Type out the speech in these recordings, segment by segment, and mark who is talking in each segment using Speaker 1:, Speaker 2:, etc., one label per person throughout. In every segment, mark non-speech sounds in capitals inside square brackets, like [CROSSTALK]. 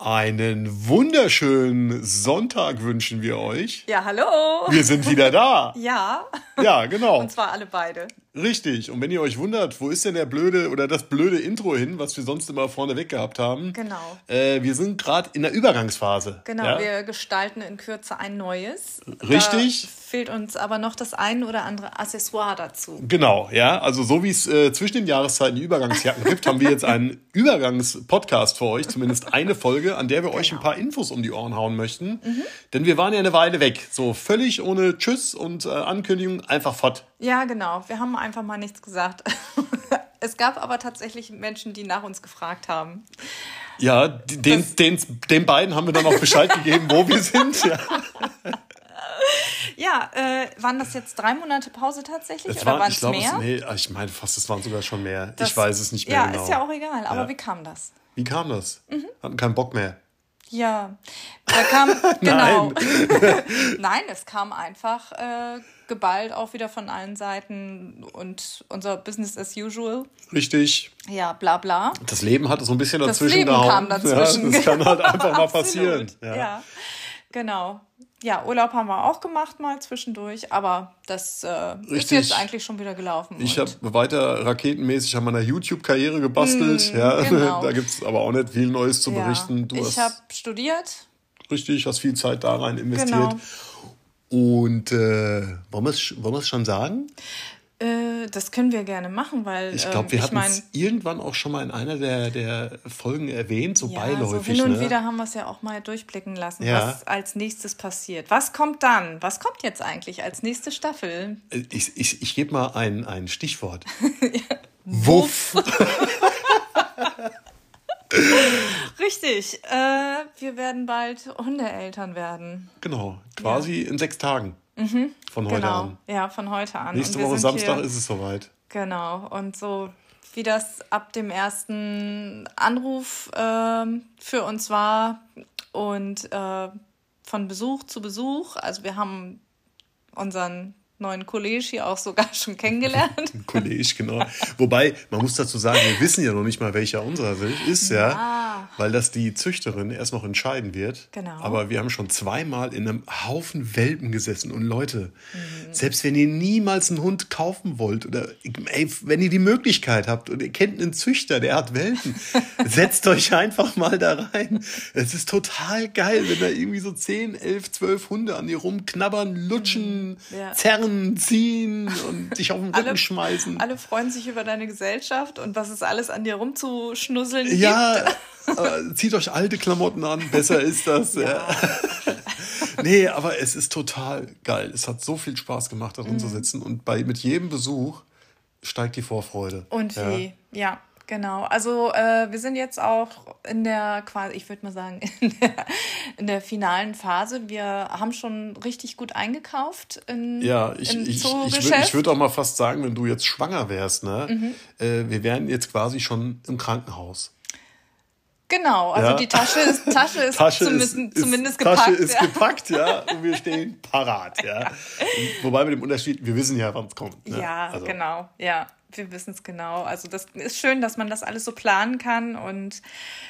Speaker 1: Einen wunderschönen Sonntag wünschen wir euch.
Speaker 2: Ja, hallo.
Speaker 1: Wir sind wieder da.
Speaker 2: Ja,
Speaker 1: Ja, genau.
Speaker 2: und zwar alle beide.
Speaker 1: Richtig. Und wenn ihr euch wundert, wo ist denn der blöde oder das blöde Intro hin, was wir sonst immer vorneweg gehabt haben?
Speaker 2: Genau.
Speaker 1: Äh, wir sind gerade in der Übergangsphase.
Speaker 2: Genau,
Speaker 1: ja?
Speaker 2: wir gestalten in Kürze ein neues.
Speaker 1: Richtig.
Speaker 2: Da fehlt uns aber noch das ein oder andere Accessoire dazu.
Speaker 1: Genau, ja. Also so wie es äh, zwischen den Jahreszeiten die Übergangsjacken gibt, haben wir jetzt
Speaker 2: [LAUGHS]
Speaker 1: einen Übergangspodcast für euch, zumindest eine Folge, an der wir euch
Speaker 2: Genau.
Speaker 1: ein paar Infos um die Ohren hauen möchten.
Speaker 2: Mhm.
Speaker 1: Denn wir waren ja eine Weile weg, so völlig ohne Tschüss und äh, Ankündigung, einfach fort.
Speaker 2: Ja, genau. Wir haben einfach mal nichts gesagt. [LAUGHS] es gab aber tatsächlich Menschen, die nach uns gefragt haben.
Speaker 1: Ja, d- den, den, den beiden haben wir dann auch Bescheid gegeben, wo wir sind.
Speaker 2: [LAUGHS]
Speaker 1: Ja.
Speaker 2: Ja, äh, waren das jetzt drei Monate Pause tatsächlich
Speaker 1: Es
Speaker 2: oder
Speaker 1: waren,
Speaker 2: waren
Speaker 1: ich
Speaker 2: es
Speaker 1: glaube,
Speaker 2: mehr?
Speaker 1: es, nee, ah, ich meine fast, es waren sogar schon mehr.
Speaker 2: Das-
Speaker 1: ich weiß es nicht mehr
Speaker 2: ja,
Speaker 1: genau.
Speaker 2: ist ja auch Mhm. egal. Aber
Speaker 1: Ja.
Speaker 2: wie kam das?
Speaker 1: Wie kam das? Hatten keinen Bock mehr.
Speaker 2: Ja, da
Speaker 1: [LAUGHS]
Speaker 2: kam, genau. [LAUGHS] Nein, es kam einfach äh, geballt auch wieder von allen Seiten und unser Business as usual.
Speaker 1: Richtig.
Speaker 2: Ja, bla bla.
Speaker 1: Das Leben hat so ein bisschen dazwischen
Speaker 2: Leben
Speaker 1: gehauen.
Speaker 2: kam dazwischen,
Speaker 1: [LAUGHS] Ja, das kann halt einfach mal
Speaker 2: [LAUGHS] Absolut.
Speaker 1: passieren.
Speaker 2: Ja.
Speaker 1: Ja.
Speaker 2: genau. Ja, Urlaub haben wir auch gemacht mal zwischendurch, aber das äh, ist
Speaker 1: Richtig.
Speaker 2: jetzt eigentlich schon wieder gelaufen.
Speaker 1: Ich habe
Speaker 2: und-
Speaker 1: weiter raketenmäßig an meiner YouTube-Karriere gebastelt. ja, [LAUGHS]
Speaker 2: genau.
Speaker 1: Da gibt es aber auch nicht viel Neues zu
Speaker 2: ja,
Speaker 1: berichten. Du
Speaker 2: ich habe
Speaker 1: hast
Speaker 2: studiert.
Speaker 1: richtig, hast viel Zeit da rein investiert.
Speaker 2: Genau.
Speaker 1: Und äh, wollen wir es wollen wir's schon sagen?
Speaker 2: Äh, das können wir gerne machen, weil
Speaker 1: Ich
Speaker 2: ähm,
Speaker 1: glaube, wir
Speaker 2: ich
Speaker 1: hatten
Speaker 2: mein,
Speaker 1: es irgendwann auch schon mal in einer der, der Folgen erwähnt, so
Speaker 2: Ja, so
Speaker 1: beiläufig.
Speaker 2: hin und
Speaker 1: ne?
Speaker 2: wieder haben wir es ja auch mal durchblicken lassen,
Speaker 1: Ja.
Speaker 2: was als nächstes passiert. Was kommt dann? Was kommt jetzt eigentlich als nächste Staffel? [LAUGHS]
Speaker 1: ne? Äh, Ich, ich, ich gebe mal ein, ein Stichwort. Wuff.
Speaker 2: Richtig, äh, wir werden bald Hundeeltern werden.
Speaker 1: Genau, quasi in sechs Tagen von heute
Speaker 2: genau,
Speaker 1: an.
Speaker 2: ja, von heute an.
Speaker 1: Nächste
Speaker 2: Und wir
Speaker 1: Woche
Speaker 2: sind
Speaker 1: Samstag
Speaker 2: hier,
Speaker 1: ist es soweit.
Speaker 2: Genau, und so wie das ab dem ersten Anruf ähm, für uns war und äh, von Besuch zu Besuch. Also wir haben unseren neuen Kollege hier auch sogar [LAUGHS] schon kennengelernt.
Speaker 1: Ein Kollege, genau. Wobei, man muss dazu sagen, wir wissen ja noch nicht mal, welcher unserer ist, ja. Weil das die Züchterin erst noch entscheiden wird.
Speaker 2: Genau.
Speaker 1: Aber wir haben schon zweimal in einem Haufen Welpen gesessen. Und Leute,
Speaker 2: Mhm.
Speaker 1: selbst wenn ihr niemals einen Hund kaufen wollt oder ey, wenn ihr die Möglichkeit habt und ihr kennt einen Züchter, der hat
Speaker 2: [LAUGHS]
Speaker 1: Welpen, setzt euch einfach mal da rein. Es ist total geil, wenn da irgendwie so 10, 11, 12 Hunde an dir rumknabbern, lutschen,
Speaker 2: Mhm. Ja.
Speaker 1: zerren, ziehen und dich auf den Rücken schmeißen.
Speaker 2: Alle freuen sich über deine Gesellschaft und was es alles an dir rumzuschnusseln gibt.
Speaker 1: Ja, äh, zieht euch alte Klamotten an, besser ist das. ja. [LAUGHS] Nee, aber es ist total geil. Es hat so viel Spaß gemacht, da drin
Speaker 2: Mhm.
Speaker 1: zu sitzen. Und bei, mit jedem Besuch steigt die Vorfreude.
Speaker 2: Und
Speaker 1: Ja.
Speaker 2: wie? Ja, genau. Also äh, wir sind jetzt auch in der quasi, ich würde mal sagen, [LAUGHS] in der, in der finalen Phase. Wir haben schon richtig gut eingekauft in,
Speaker 1: Ja, ich,
Speaker 2: im
Speaker 1: ich, ich würde
Speaker 2: Zoogeschäft. Mhm.
Speaker 1: ich würd auch mal fast sagen, wenn du jetzt schwanger wärst, ne? Äh, wir wären jetzt quasi schon im Krankenhaus.
Speaker 2: genau, also
Speaker 1: Ja.
Speaker 2: die Tasche ist,
Speaker 1: [LAUGHS]
Speaker 2: Tasche ist zumindest, zumindest gepackt.
Speaker 1: Tasche ist
Speaker 2: ja.
Speaker 1: gepackt, ja.
Speaker 2: [LAUGHS]
Speaker 1: Und wir stehen parat, ja. Wobei mit dem Unterschied, wir wissen ja, wann es kommt. Ne?
Speaker 2: Ja,
Speaker 1: Also,
Speaker 2: genau. Ja, wir wissen es genau. Also das ist schön, dass man das alles so planen kann. Und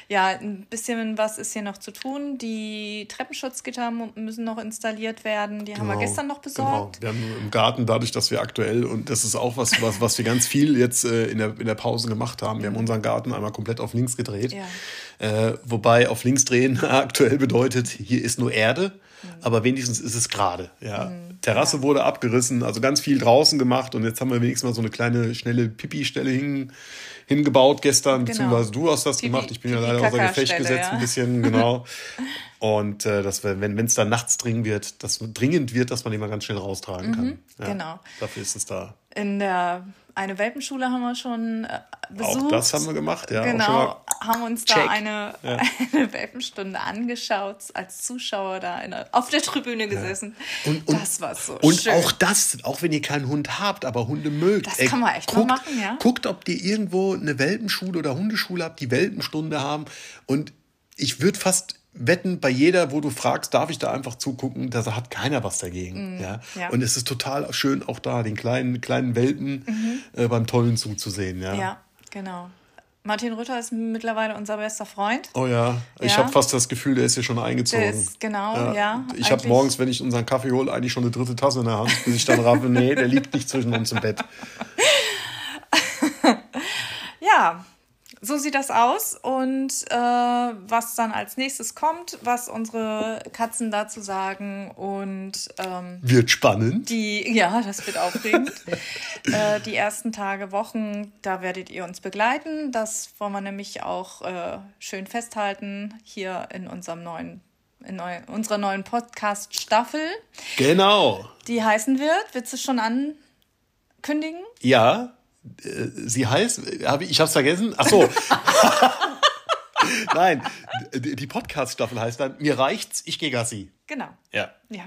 Speaker 2: ja, ein bisschen was ist hier noch zu tun. Die Treppenschutzgitter mu- müssen noch installiert werden. Die haben wir
Speaker 1: Genau,
Speaker 2: gestern noch besorgt.
Speaker 1: Genau. Wir haben im Garten dadurch, dass wir aktuell, und das ist auch was, was, was wir ganz viel jetzt äh, in, der, in der Pause gemacht haben, wir haben unseren Garten einmal komplett auf links gedreht.
Speaker 2: Ja.
Speaker 1: Äh, wobei auf links drehen [LAUGHS] aktuell bedeutet, hier ist nur Erde, aber wenigstens ist es gerade. Ja.
Speaker 2: Mhm.
Speaker 1: Terrasse wurde abgerissen, also ganz viel draußen gemacht und jetzt haben wir wenigstens mal so eine kleine, schnelle Pipi-Stelle hin, hingebaut gestern, beziehungsweise du hast das
Speaker 2: Genau. Pipi-
Speaker 1: gemacht. Ich bin ja leider außer
Speaker 2: Pipi-Kaka-Stelle,
Speaker 1: Gefecht gesetzt
Speaker 2: ja.
Speaker 1: ein bisschen, genau. Und äh, dass wir, wenn es dann nachts dringend wird, dass dringend wird, dass man den mal ganz schnell raustragen kann.
Speaker 2: genau.
Speaker 1: Dafür ist es da.
Speaker 2: In der eine Welpenschule haben wir schon äh,
Speaker 1: Auch
Speaker 2: besucht.
Speaker 1: das haben wir gemacht, ja. Auch schon mal
Speaker 2: Genau, haben uns da
Speaker 1: Check.
Speaker 2: eine, [LAUGHS] eine Welpenstunde angeschaut, als Zuschauer da in der, auf der Tribüne gesessen. das war so
Speaker 1: Und
Speaker 2: schön.
Speaker 1: auch das, auch wenn ihr keinen Hund habt, aber Hunde mögt.
Speaker 2: Das kann man echt mal
Speaker 1: guckt,
Speaker 2: machen, ja.
Speaker 1: Guckt, ob ihr irgendwo eine Welpenschule oder Hundeschule habt, die Welpenstunde haben. Und ich würde fast wetten, bei jeder, wo du fragst, darf ich da einfach zugucken, da hat keiner was dagegen. ja.
Speaker 2: Mhm, ja.
Speaker 1: Und es ist total schön,
Speaker 2: Mhm.
Speaker 1: auch da den kleinen, kleinen Welpen äh, beim Tollen zuzusehen. Ja.
Speaker 2: Ja, genau. Martin Rütter ist mittlerweile unser bester Freund.
Speaker 1: Oh ja, ich
Speaker 2: Ja.
Speaker 1: habe fast das Gefühl, der ist hier schon eingezogen.
Speaker 2: Der ist- genau, ja,
Speaker 1: ich habe
Speaker 2: eigentlich-
Speaker 1: morgens, wenn ich unseren Kaffee hole, eigentlich schon eine dritte Tasse in der Hand, bis ich dann raffe, nee, der liegt nicht zwischen uns im Bett.
Speaker 2: Ja, so sieht das aus. Und äh, was dann als nächstes kommt, was unsere Katzen dazu sagen und ähm,
Speaker 1: Wird spannend.
Speaker 2: die, [LAUGHS] ja, das wird aufregend. äh, die ersten Tage, Wochen, da werdet ihr uns begleiten. Das wollen wir nämlich auch äh, schön festhalten hier in unserem neuen, in neu, unserer neuen Podcast-Staffel.
Speaker 1: Genau.
Speaker 2: Die heißen wird, willst du schon ankündigen?
Speaker 1: Ja, äh, sie heißt, hab ich, ich hab's vergessen. Ach [LAUGHS] so. Nein, d- die Podcast-Staffel heißt dann, mir reicht's, ich gehe Gassi.
Speaker 2: Genau.
Speaker 1: Ja.
Speaker 2: Ja.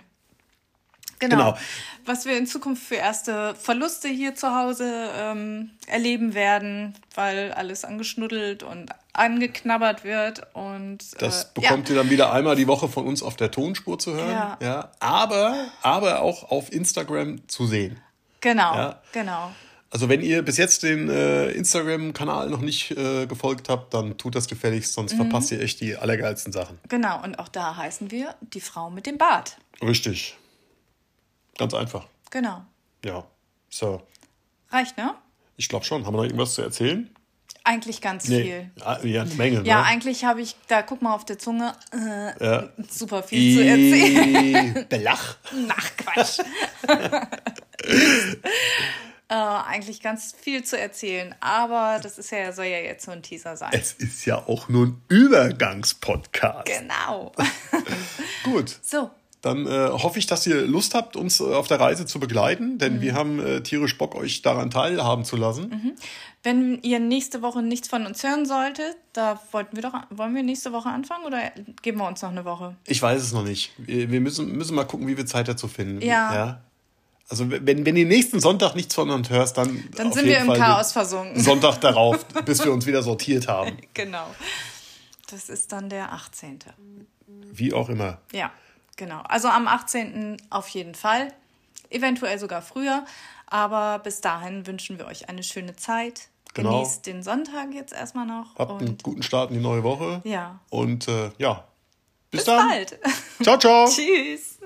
Speaker 2: Genau.
Speaker 1: Genau.
Speaker 2: Was wir in Zukunft für erste Verluste hier zu Hause ähm, erleben werden, weil alles angeschnuddelt und angeknabbert wird. Und,
Speaker 1: Das
Speaker 2: äh,
Speaker 1: bekommt
Speaker 2: ja.
Speaker 1: ihr dann wieder einmal die Woche von uns auf der Tonspur zu hören.
Speaker 2: Ja.
Speaker 1: ja. Aber, aber auch auf Instagram zu sehen.
Speaker 2: Genau,
Speaker 1: Ja.
Speaker 2: genau.
Speaker 1: Also wenn ihr bis jetzt den äh, Instagram-Kanal noch nicht äh, gefolgt habt, dann tut das gefälligst,
Speaker 2: Mhm.
Speaker 1: sonst verpasst ihr echt die allergeilsten Sachen.
Speaker 2: Genau, und auch da heißen wir die Frau mit dem Bart.
Speaker 1: Richtig. Ganz einfach.
Speaker 2: Genau.
Speaker 1: Ja. So.
Speaker 2: Reicht, ne?
Speaker 1: Ich glaube schon. Haben wir noch irgendwas zu erzählen?
Speaker 2: Eigentlich ganz viel.
Speaker 1: Ja, ja, eine Menge.
Speaker 2: Ja,
Speaker 1: ne?
Speaker 2: eigentlich habe ich, da guck mal auf der Zunge, äh,
Speaker 1: Ja.
Speaker 2: super viel zu erzählen.
Speaker 1: I- Belach.
Speaker 2: Ach, Quatsch. äh, eigentlich ganz viel zu erzählen, aber das ist ja, soll ja jetzt so ein
Speaker 1: [LAUGHS]
Speaker 2: Teaser sein.
Speaker 1: Es ist ja auch nur ein Übergangspodcast.
Speaker 2: Genau.
Speaker 1: Gut.
Speaker 2: [LAUGHS] So,
Speaker 1: Dann äh, hoffe ich, dass ihr Lust habt, uns äh, auf der Reise zu begleiten,
Speaker 2: Mhm.
Speaker 1: denn wir haben äh, tierisch Bock, euch daran teilhaben zu lassen.
Speaker 2: wenn ihr nächste Woche nichts von uns hören solltet, da wollten wir doch, wollen wir nächste Woche anfangen oder geben wir uns noch eine Woche?
Speaker 1: Ich weiß es noch nicht. Wir wir müssen, müssen mal gucken, wie wir Zeit dazu finden.
Speaker 2: Ja.
Speaker 1: Also wenn, wenn ihr nächsten Sonntag nichts von uns hörst, dann
Speaker 2: Dann
Speaker 1: auf
Speaker 2: sind wir
Speaker 1: jeden
Speaker 2: im
Speaker 1: Fall
Speaker 2: Chaos
Speaker 1: den
Speaker 2: versunken.
Speaker 1: Sonntag darauf, bis wir uns wieder sortiert haben.
Speaker 2: [LAUGHS] Genau. Das ist dann der 18.
Speaker 1: Wie auch immer.
Speaker 2: Ja, genau. Also am 18. auf jeden Fall. Eventuell sogar früher. Aber bis dahin wünschen wir euch eine schöne Zeit.
Speaker 1: Genau.
Speaker 2: Genießt den Sonntag jetzt erstmal noch.
Speaker 1: Habt einen
Speaker 2: und
Speaker 1: guten Start in die neue Woche.
Speaker 2: Ja.
Speaker 1: Und äh, ja. Bis,
Speaker 2: bis
Speaker 1: dann.
Speaker 2: bald. [LAUGHS]
Speaker 1: Ciao, ciao.
Speaker 2: Tschüss.